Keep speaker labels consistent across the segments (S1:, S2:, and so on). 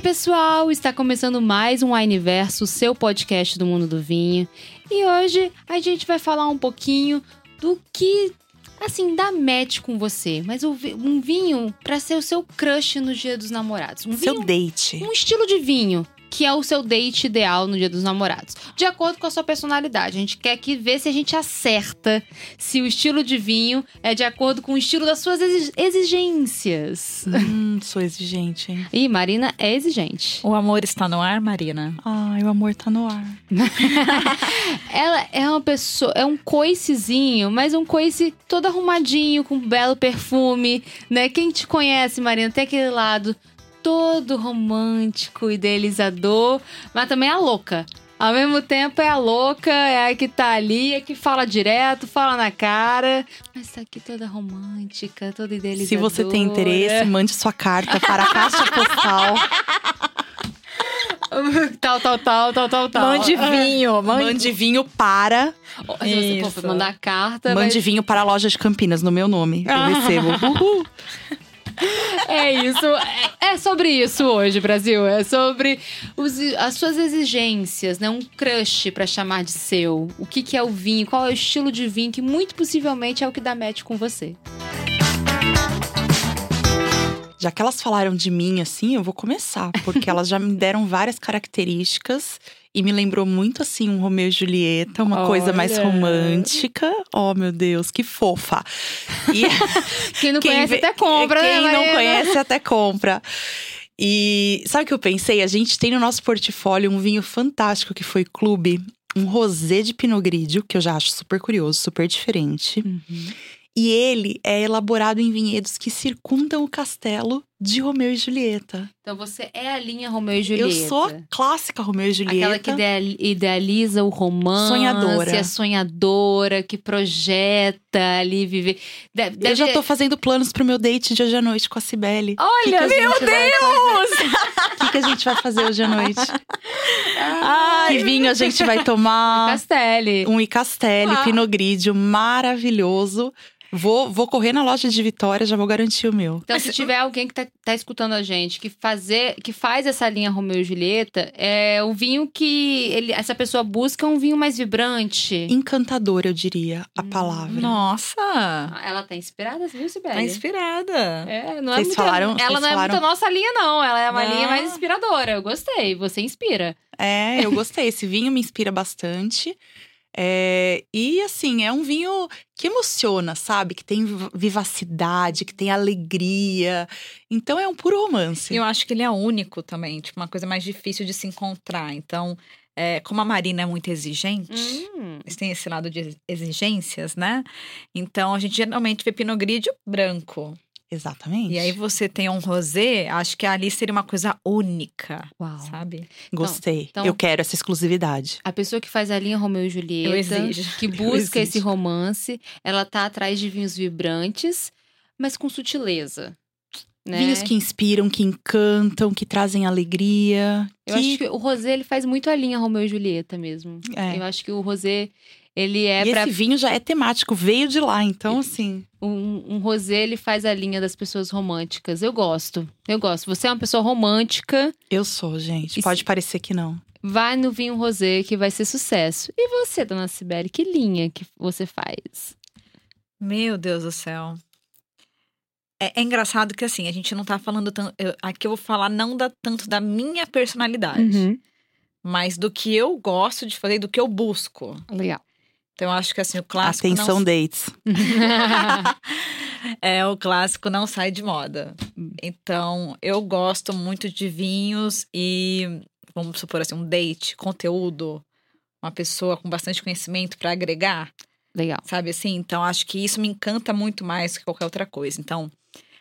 S1: pessoal, está começando mais um Wineverso, seu podcast do mundo do vinho. E hoje a gente vai falar um pouquinho do que assim dá match com você, mas o vi- um vinho para ser o seu crush no Dia dos Namorados, um
S2: Seu
S1: vinho,
S2: date.
S1: um estilo de vinho que é o seu date ideal no Dia dos Namorados, de acordo com a sua personalidade. A gente quer que ver se a gente acerta se o estilo de vinho é de acordo com o estilo das suas exi- exigências.
S2: Hum, sou exigente, hein?
S1: E Marina é exigente.
S3: O amor está no ar, Marina?
S2: Ai, o amor tá no ar.
S1: Ela é uma pessoa, é um coicezinho, mas um coice todo arrumadinho, com um belo perfume, né? Quem te conhece, Marina, tem aquele lado todo romântico, idealizador, mas também é a louca. Ao mesmo tempo é a louca, é a que tá ali, é a que fala direto, fala na cara, mas tá aqui toda romântica, toda idealizadora.
S2: Se você tem interesse, mande sua carta para a caixa postal.
S1: tal, tal, tal, tal, tal, tal.
S3: Tá. Mande vinho, mande.
S2: Ah, Mande vinho para.
S1: Ou, Se você for
S3: Isso.
S1: mandar carta, vai
S2: Mande vinho para a loja de Campinas, no meu nome.
S3: Ah.
S2: Eu recebo. Uhul.
S1: É isso. É, é sobre isso hoje, Brasil. É sobre os- as suas exigências, né? Um crush pra chamar de seu. O que, que é o vinho? Qual é o estilo de vinho que muito possivelmente é o que dá match com você.
S2: Já que elas falaram de mim assim, eu vou começar, porque elas já me deram várias características e me lembrou muito assim um Romeu e Julieta, uma coisa mais
S1: Olha.
S2: romântica. Oh, meu Deus, que fofa. E
S1: Quem não conhece
S2: vê-
S1: até compra, né?
S2: Quem não
S1: Marina?
S2: conhece até compra. E sabe o que eu pensei? A gente tem no nosso portfólio um vinho fantástico que foi Clube, um rosé de Pinot Grigio, que eu já acho super curioso, super diferente.
S1: Uhum.
S2: E ele é elaborado em vinhedos que circundam o castelo de Romeu e Julieta.
S1: Então você é a linha Romeu e Julieta.
S2: Eu sou a clássica Romeu e Julieta.
S1: Aquela que ideal- idealiza o romance,
S2: Sonhadora.
S1: é sonhadora, que projeta ali viver. Deve,
S2: Eu
S1: deve-
S2: já tô fazendo planos pro meu date de hoje à noite com a Cibele.
S1: Olha,
S2: Que que a
S1: meu Deus!
S2: O que, que a gente vai fazer hoje à noite?
S3: Ai,
S2: que vinho a gente vai
S1: Tá
S2: tomar?
S1: Castelli.
S2: Um Icastelli,
S1: Ah.
S2: Pinot Grigio, maravilhoso. Vou, vou correr na loja de Vitória, já vou garantir o meu.
S1: Então, se tiver alguém que tá, tá escutando a gente, que, fazer, que faz essa linha Romeu e Julieta, é o vinho que ele, essa pessoa busca é um vinho mais vibrante.
S2: Encantador, eu diria, a
S1: Hum.
S2: palavra.
S3: nossa!
S1: Ela tá inspirada, viu, Sibeli?
S3: Tá inspirada.
S1: É, não é
S2: Vocês
S1: muito,
S2: falaram-
S1: ela
S2: vocês
S1: não é muito
S2: falaram-
S1: a nossa linha, não. Ela é uma
S3: Não.
S1: linha mais inspiradora. Eu gostei, você inspira.
S2: É, eu gostei. Esse vinho me inspira bastante. É, e assim, é um vinho que emociona, sabe? Que tem vi- vivacidade, que tem alegria. Então é um puro romance.
S3: Eu acho que ele é único também, tipo, uma coisa mais difícil de se encontrar. Então, é, como a Marina é muito exigente,
S1: Hum.
S3: eles têm esse lado de ex- exigências, né? Então, a gente geralmente vê Pinot Grigio branco.
S2: Exatamente.
S3: E aí
S1: então,
S3: você tem um rosé, acho que ali seria uma coisa única,
S1: Uau.
S3: sabe?
S2: Gostei.
S1: então-
S2: Eu quero essa exclusividade.
S1: A pessoa que faz a linha Romeu e
S3: Eu
S1: Julieta,
S3: exijo.
S1: que busca esse
S2: exijo.
S1: romance, ela tá atrás de vinhos vibrantes, mas com sutileza. Né?
S2: Vinhos que inspiram, que encantam, que trazem alegria.
S1: Eu acho que o Rosé ele faz muito a linha Romeu e Julieta mesmo.
S2: É.
S1: Eu acho que o Rosé ele é
S2: e
S1: para
S2: esse vinho já é temático, veio de lá, então assim.
S1: um, um Rosé ele faz a linha das pessoas românticas. Eu gosto. Eu gosto. Você é uma pessoa romântica,
S2: Eu sou, gente.
S1: E
S2: Pode
S1: se-
S2: parecer que não.
S1: vai no vinho Rosé que vai ser sucesso. E você, dona Cibele, que linha que você faz?
S3: Meu Deus do céu. É, é engraçado que assim, a gente não tá falando tanto. Aqui eu vou falar não da, tanto da minha personalidade,
S2: Uhum.
S3: mas do que eu gosto de fazer e do que eu busco.
S1: Legal.
S3: Então eu acho que assim, o clássico.
S2: Atenção,
S3: não,
S2: dates.
S3: É, o clássico não sai de moda. Então, eu gosto muito de vinhos e, vamos supor assim, um date, conteúdo, uma pessoa com bastante conhecimento para agregar.
S1: Legal.
S3: sabe assim? Então acho que isso me encanta muito mais que qualquer outra coisa. Então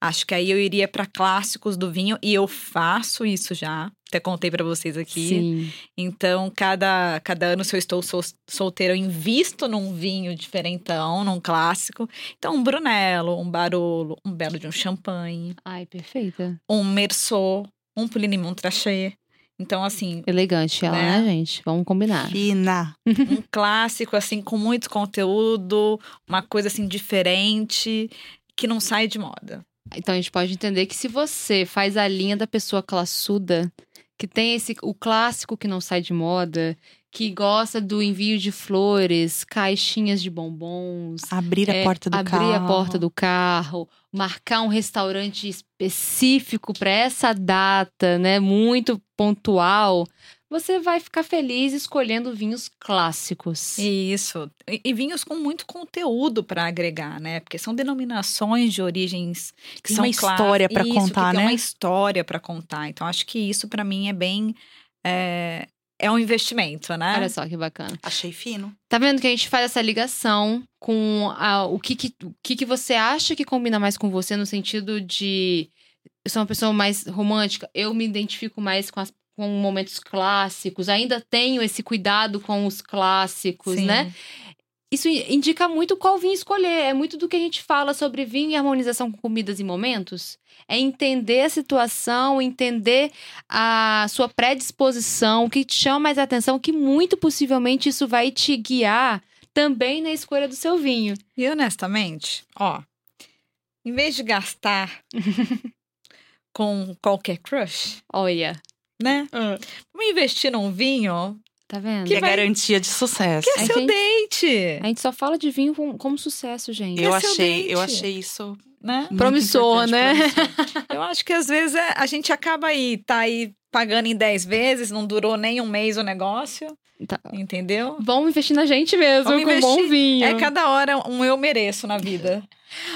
S3: acho que aí eu iria para clássicos do vinho e eu faço isso já. Até contei para vocês aqui.
S1: Sim.
S3: Então cada cada ano se eu estou sol, solteira eu invisto num vinho diferentão, num clássico. Então um Brunello, um Barolo, um belo de um champanhe,
S1: Ai, perfeita.
S3: um Merceau, um Pouligny Montrachet. Então assim,
S1: Elegante ela, né,
S3: Né?
S1: gente? Vamos combinar.
S2: Fina.
S3: um clássico, assim, com muito conteúdo, uma coisa assim diferente, que não sai de moda.
S1: Então a gente pode entender que se você faz a linha da pessoa classuda, que tem esse o clássico que não sai de moda, que gosta do envio de flores, caixinhas de bombons,
S2: Abrir a
S1: é,
S2: porta do
S1: abrir
S2: carro.
S1: a porta do carro, marcar um restaurante específico para essa data, né? Muito pontual. Você vai ficar feliz escolhendo vinhos clássicos.
S2: É.
S3: Isso. E, e vinhos com muito conteúdo para agregar, né? Porque são denominações de origens que
S2: Tem
S3: são
S2: uma
S3: claras.
S2: história pra
S3: Isso,
S2: contar,
S3: que tem
S2: né?
S3: uma história para contar. Então acho que isso para mim é bem é, é um investimento, né?
S1: Olha só que bacana.
S2: Achei fino.
S1: Tá vendo que a gente faz essa ligação com a- o, que, que, o que, que você acha que combina mais com você no sentido de eu sou uma pessoa mais romântica, eu me identifico mais com, as- com momentos clássicos, ainda tenho esse cuidado com os clássicos,
S3: Sim.
S1: né? Isso in- indica muito qual vinho escolher. É muito do que a gente fala sobre vinho e harmonização com comidas e momentos. É entender a situação, entender a sua predisposição, o que te chama mais atenção, que muito possivelmente isso vai te guiar também na escolha do seu vinho.
S3: E honestamente, ó, em vez de gastar com qualquer crush,
S1: Olha,
S3: né? Vamos investir num vinho
S1: tá vendo?
S2: Que
S3: Que
S2: é
S3: vai-
S2: garantia de sucesso.
S3: que é
S1: A
S3: seu
S1: gente-
S2: É.
S3: date,
S1: A gente só fala de vinho como, como sucesso, gente.
S2: Eu
S3: é seu
S2: achei, eu
S3: dente.
S2: achei isso
S3: né?
S2: muito
S1: Promissor,
S2: importante,
S1: né?
S2: promissor.
S3: Eu acho que às vezes é- a gente acaba aí, tá aí pagando em 10 vezes, não durou nem um mês o negócio,
S1: Tá.
S3: entendeu?
S1: Vamos investir na gente mesmo,
S3: Vamos
S1: com um bom
S3: investir.
S1: vinho.
S3: É cada hora um eu mereço na vida.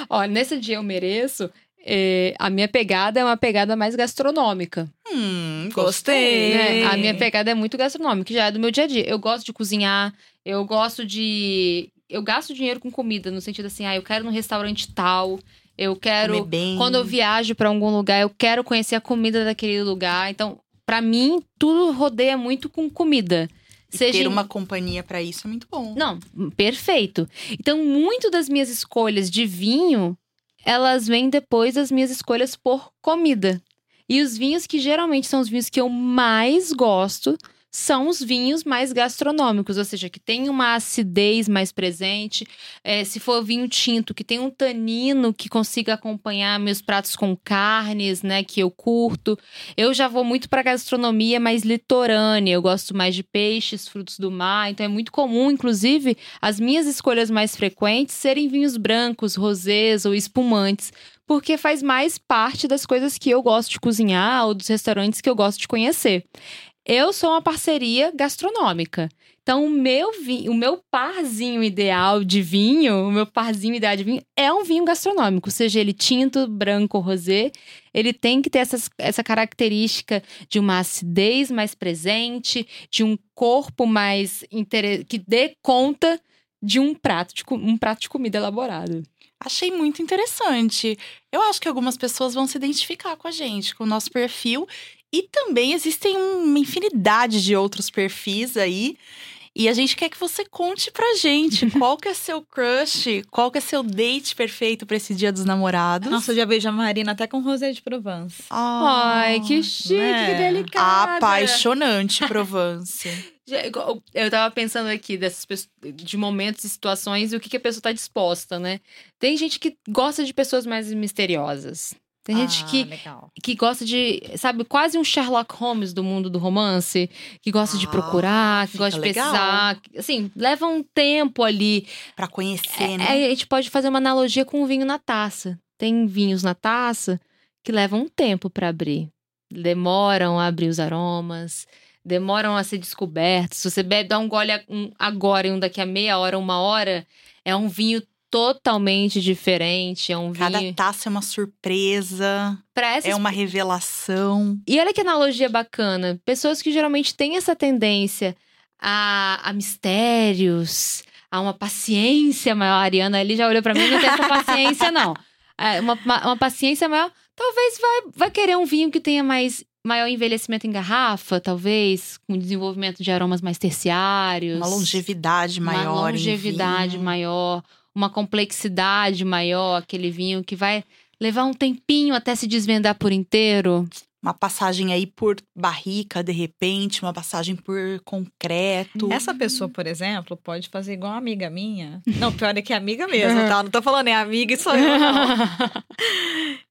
S1: Ó, nesse dia eu mereço. eh, a minha pegada é uma pegada mais gastronômica.
S2: Hum,
S3: Gostei.
S1: né?
S3: Ei.
S1: A minha pegada é muito gastronômica, já é do meu dia a dia. Eu gosto de cozinhar, eu gosto de. Eu gasto dinheiro com comida, no sentido assim, ah, eu quero num restaurante tal, eu
S2: Comer
S1: quero.
S2: bem.
S1: Quando eu viajo pra algum lugar, eu quero conhecer a comida daquele lugar. Então, pra mim, tudo rodeia muito com comida.
S2: E
S1: Seja
S2: ter
S1: em-
S2: uma companhia pra isso é muito bom.
S1: Não, perfeito. Então, muito das minhas escolhas de vinho, elas vêm depois das minhas escolhas por comida. E os vinhos que geralmente são os vinhos que eu mais gosto são os vinhos mais gastronômicos, ou seja, que tem uma acidez mais presente. É, se for vinho tinto, que tem um tanino que consiga acompanhar meus pratos com carnes, né, que eu curto. Eu já vou muito para gastronomia mais litorânea, eu gosto mais de peixes, frutos do mar, então é muito comum, inclusive, as minhas escolhas mais frequentes serem vinhos brancos, rosés ou espumantes, porque faz mais parte das coisas que eu gosto de cozinhar ou dos restaurantes que eu gosto de conhecer. Eu sou uma parceria gastronômica. Então, o meu, vinho, o meu parzinho ideal de vinho, o meu parzinho ideal de vinho é um vinho gastronômico, seja ele tinto, branco, rosé. Ele tem que ter essas, essa característica de uma acidez mais presente, de um corpo mais intere- que dê conta de um prato de, co- um prato de comida elaborado.
S2: Achei muito interessante. Eu acho que algumas pessoas vão se identificar com a gente, com o nosso perfil. E também existem uma infinidade de outros perfis aí. E a gente quer que você conte pra gente qual que é seu crush, qual que é seu date perfeito pra esse Dia dos Namorados.
S3: Nossa, eu já vejo a Marina até com rosé de Provence.
S2: Ah,
S1: Ai, que chique,
S3: né?
S1: que delicado.
S2: apaixonante, Provence.
S1: Eu eu tava pensando aqui dessas pessoas, de momentos e situações e o que, que a pessoa tá disposta, né? Tem gente que gosta de pessoas mais misteriosas. Tem gente
S3: Ah,
S1: que
S3: legal.
S1: que gosta de, sabe, quase um Sherlock Holmes do mundo do romance, que gosta de
S2: Ah,
S1: procurar, que gosta de
S2: fica legal.
S1: pesquisar, que, assim, leva um tempo ali.
S2: Pra conhecer, né?
S1: É, a gente pode fazer uma analogia com o vinho na taça. Tem vinhos na taça que levam um tempo para abrir. Demoram a abrir os aromas, demoram a ser descobertos. Se você bebe, dá um gole a- um agora e um daqui a meia hora, uma hora, é um vinho totalmente diferente, é um
S2: Cada
S1: vinho
S2: taça é uma surpresa,
S1: para essas
S2: é uma revelação.
S1: E olha que analogia bacana. Pessoas que geralmente têm essa tendência a, a mistérios, a uma paciência maior. A Ariana ali já olhou pra mim e não tem essa paciência, não. É, uma, uma- uma paciência maior. Talvez vai, vai querer um vinho que tenha mais maior envelhecimento em garrafa, talvez, com desenvolvimento de aromas mais terciários.
S2: Uma longevidade maior.
S1: Uma
S2: em
S1: longevidade
S2: vinho.
S1: maior, uma complexidade maior, aquele vinho que vai levar um tempinho até se desvendar por inteiro.
S2: uma passagem aí por barrica, de repente, uma passagem por concreto.
S3: Essa pessoa, por exemplo, pode fazer igual uma amiga minha. Não, pior é que é amiga mesmo, tá? Não tô falando é amiga e sou eu, não.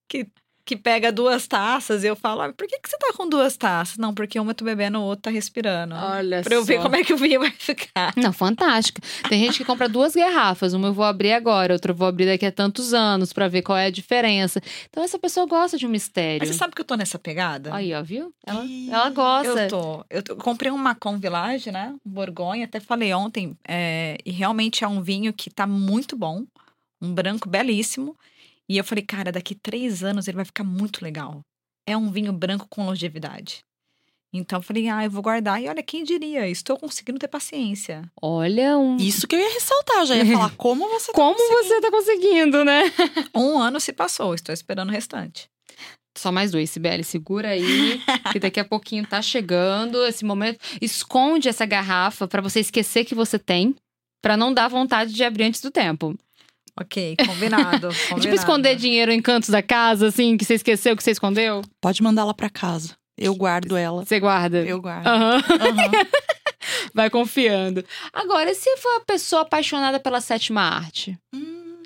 S3: que, que pega duas taças e eu falo, ah, por que, que você tá com duas taças? Não, porque uma eu tô bebendo, a outra tá respirando.
S2: Olha
S3: pra eu ver como é que o vinho vai ficar.
S1: Não, fantástico. Tem gente que compra duas garrafas. Uma eu vou abrir agora, outra eu vou abrir daqui a tantos anos pra ver qual é a diferença. Então essa pessoa gosta de um mistério.
S3: Mas você sabe que eu tô nessa pegada?
S1: Aí, ó, viu? Ela,
S2: Ih,
S1: é ela gosta.
S3: Eu tô. Eu tô- comprei um Macon Village, né? Borgonha, até falei ontem. é, e realmente é um vinho que tá muito bom. Um branco belíssimo. E eu falei, cara, daqui três anos ele vai ficar muito legal. É um vinho branco com longevidade. Então eu falei, ah, eu vou guardar. E olha, quem diria? Estou conseguindo ter paciência.
S1: Olha um.
S2: Isso que eu ia ressaltar, eu já ia falar como você tá
S1: Como
S2: conseguindo.
S1: você tá conseguindo, né?
S3: Um ano se passou, estou esperando o restante.
S1: Só mais dois, Sibeli. Segura aí, que daqui a pouquinho tá chegando esse momento. Esconde essa garrafa pra você esquecer que você tem, pra não dar vontade de abrir antes do tempo.
S3: Ok, combinado.
S1: É
S3: combinado.
S1: tipo esconder dinheiro em cantos da casa, assim, que você esqueceu que você escondeu.
S2: Pode mandar ela pra casa. Eu guardo ela. Ah.
S1: Você guarda.
S2: Eu guardo.
S1: Aham.
S2: Aham.
S1: Vai confiando. Agora, e se for uma pessoa apaixonada pela sétima arte?
S2: Hum,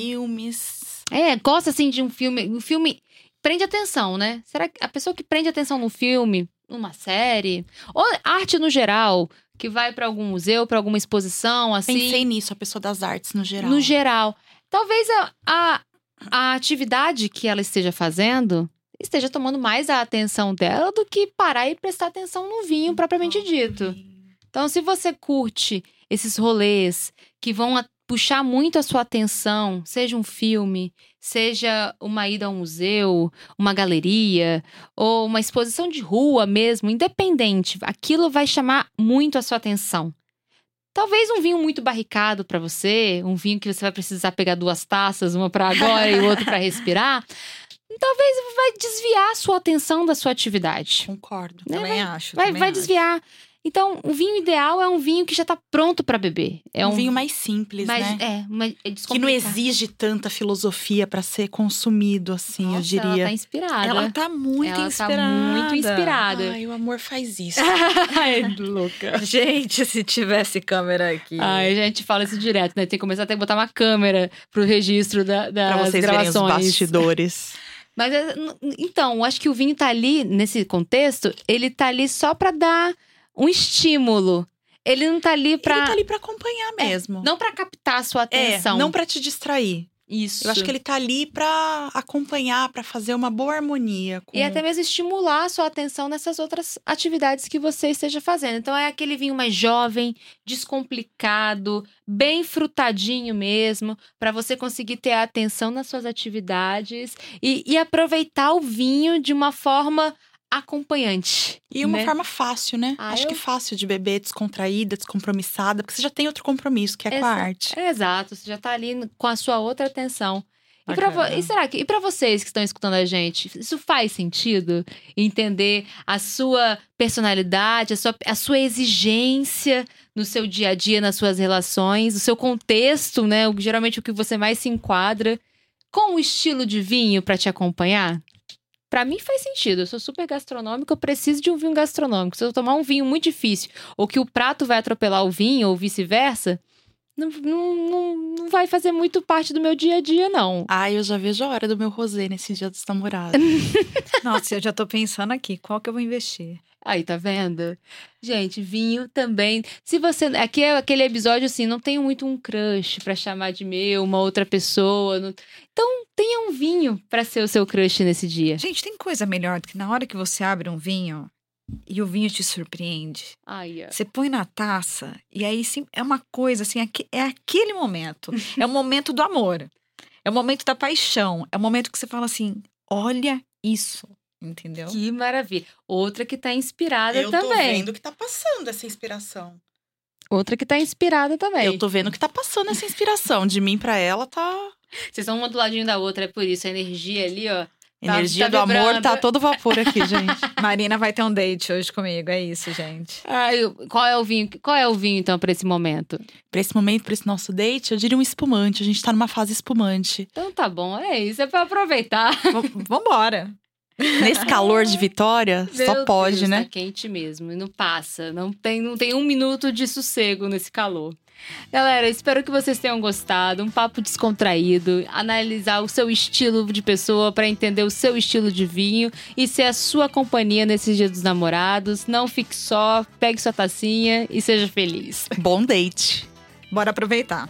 S2: filmes.
S1: É, gosta assim de um filme. Um filme prende atenção, né? Será que a pessoa que prende atenção num filme, numa série, ou arte no geral, que vai pra algum museu, pra alguma exposição, assim.
S2: Pensei nisso, a pessoa das artes no geral.
S1: No geral. Talvez a, a, a atividade que ela esteja fazendo esteja tomando mais a atenção dela do que parar e prestar atenção no vinho propriamente dito. Então, se você curte esses rolês que vão a- puxar muito a sua atenção, seja um filme, seja uma ida a um museu, uma galeria, ou uma exposição de rua mesmo, independente, aquilo vai chamar muito a sua atenção. Talvez um vinho muito barricado para você, um vinho que você vai precisar pegar duas taças, uma para agora e outra para respirar, talvez vai desviar a sua atenção da sua atividade.
S2: Concordo.
S3: Também acho.
S1: Vai,
S3: também
S1: vai
S3: acho.
S1: desviar. Então, o vinho ideal é um vinho que já tá pronto pra beber. É um,
S2: um vinho mais simples,
S1: mais,
S2: né?
S1: é, uma, é
S2: que não
S1: descomplicado.
S2: exige tanta filosofia pra ser consumido assim, eu
S1: Nossa, Ela
S2: diria.
S1: tá inspirada.
S3: Ela tá muito
S1: Ela tá
S3: inspirada.
S1: muito inspirada.
S2: Ai, o amor faz isso.
S1: Ai, louca.
S3: Gente, se tivesse câmera aqui.
S1: Ai, a gente fala isso direto, né? Tem que começar até a botar uma câmera pro registro da, das
S2: Pra vocês verem os
S1: gravações.
S2: bastidores.
S1: Mas é, n- então, acho que o vinho tá ali nesse contexto, ele tá ali só pra dar um estímulo. Ele não tá ali pra É.
S2: Ele tá ali pra acompanhar mesmo.
S1: não pra captar a sua
S2: é,
S1: atenção.
S2: não pra te distrair.
S1: Isso.
S2: Eu acho que ele tá ali pra acompanhar, pra fazer uma boa harmonia com
S1: E até mesmo estimular a sua atenção nessas outras atividades que você esteja fazendo. Então é aquele vinho mais jovem, descomplicado, bem frutadinho mesmo, para você conseguir ter a atenção nas suas atividades e, e aproveitar o vinho de uma forma acompanhante.
S2: E uma
S1: né?
S2: forma fácil, né?
S1: Ah,
S2: Acho
S1: eu-
S2: que fácil de beber, descontraída, descompromissada, porque você já tem outro compromisso, que é com a
S1: Exato.
S2: arte.
S1: É, Exato, você já tá ali no- com a sua outra atenção. E pra, vo-
S3: Bacana.
S1: e será que e para vocês que estão escutando a gente, isso faz sentido entender a sua personalidade, a sua, a sua exigência no seu dia a dia, nas suas relações, o seu contexto, né? O- geralmente o que você mais se enquadra com o estilo de vinho pra te acompanhar? Pra mim faz sentido. Eu sou super gastronômica, eu preciso de um vinho gastronômico. Se eu tomar um vinho muito difícil, ou que o prato vai atropelar o vinho, ou vice-versa, não, não, não, não vai fazer muito parte do meu dia a dia, não.
S2: Ah, eu já vejo a hora do meu rosé nesse dia dos namorados.
S3: Nossa, eu já tô pensando aqui, qual que eu vou investir?
S1: Aí, tá vendo? Gente, vinho também. Se você. Aqui é aquele episódio assim, não tenho muito um crush pra chamar de meu, uma outra pessoa. não- Então, tenha um vinho pra ser o seu crush nesse dia.
S3: Gente, tem coisa melhor do que na hora que você abre um vinho e o vinho te surpreende.
S1: Ai, ó.
S3: Você põe na taça e aí sim, é uma coisa assim, aque- é aquele momento. É o momento do amor. É o momento da paixão. É o momento que você fala assim: olha isso. Entendeu?
S1: Que maravilha. Outra que tá inspirada também.
S2: que tá passando essa inspiração.
S1: Outra que tá inspirada também.
S2: Eu tô vendo que tá passando essa inspiração. De mim pra ela tá.
S1: Vocês são uma do ladinho da outra, é por isso. A energia ali, ó.
S2: Energia
S1: tá
S2: do amor
S1: vibrando.
S2: tá a todo vapor aqui, gente.
S3: Marina vai ter um date hoje comigo. É isso, gente.
S1: Ai, eu- qual é o vinho? Qual é o vinho, então, pra esse momento?
S2: pra esse momento, pra esse nosso date, eu diria um espumante. A gente tá numa fase espumante.
S1: Então tá bom, é isso, é pra aproveitar.
S3: V- Vambora.
S2: Nesse calor de Vitória, só
S1: Meu
S2: pode,
S1: Deus,
S2: né?
S1: Tá quente mesmo, e não passa. Não tem, não tem um minuto de sossego nesse calor. Galera, espero que vocês tenham gostado. Um papo descontraído, analisar o seu estilo de pessoa para entender o seu estilo de vinho e ser a sua companhia nesses dias dos namorados. Não fique só, pegue sua tacinha e seja feliz.
S2: Bom date.
S3: Bora aproveitar.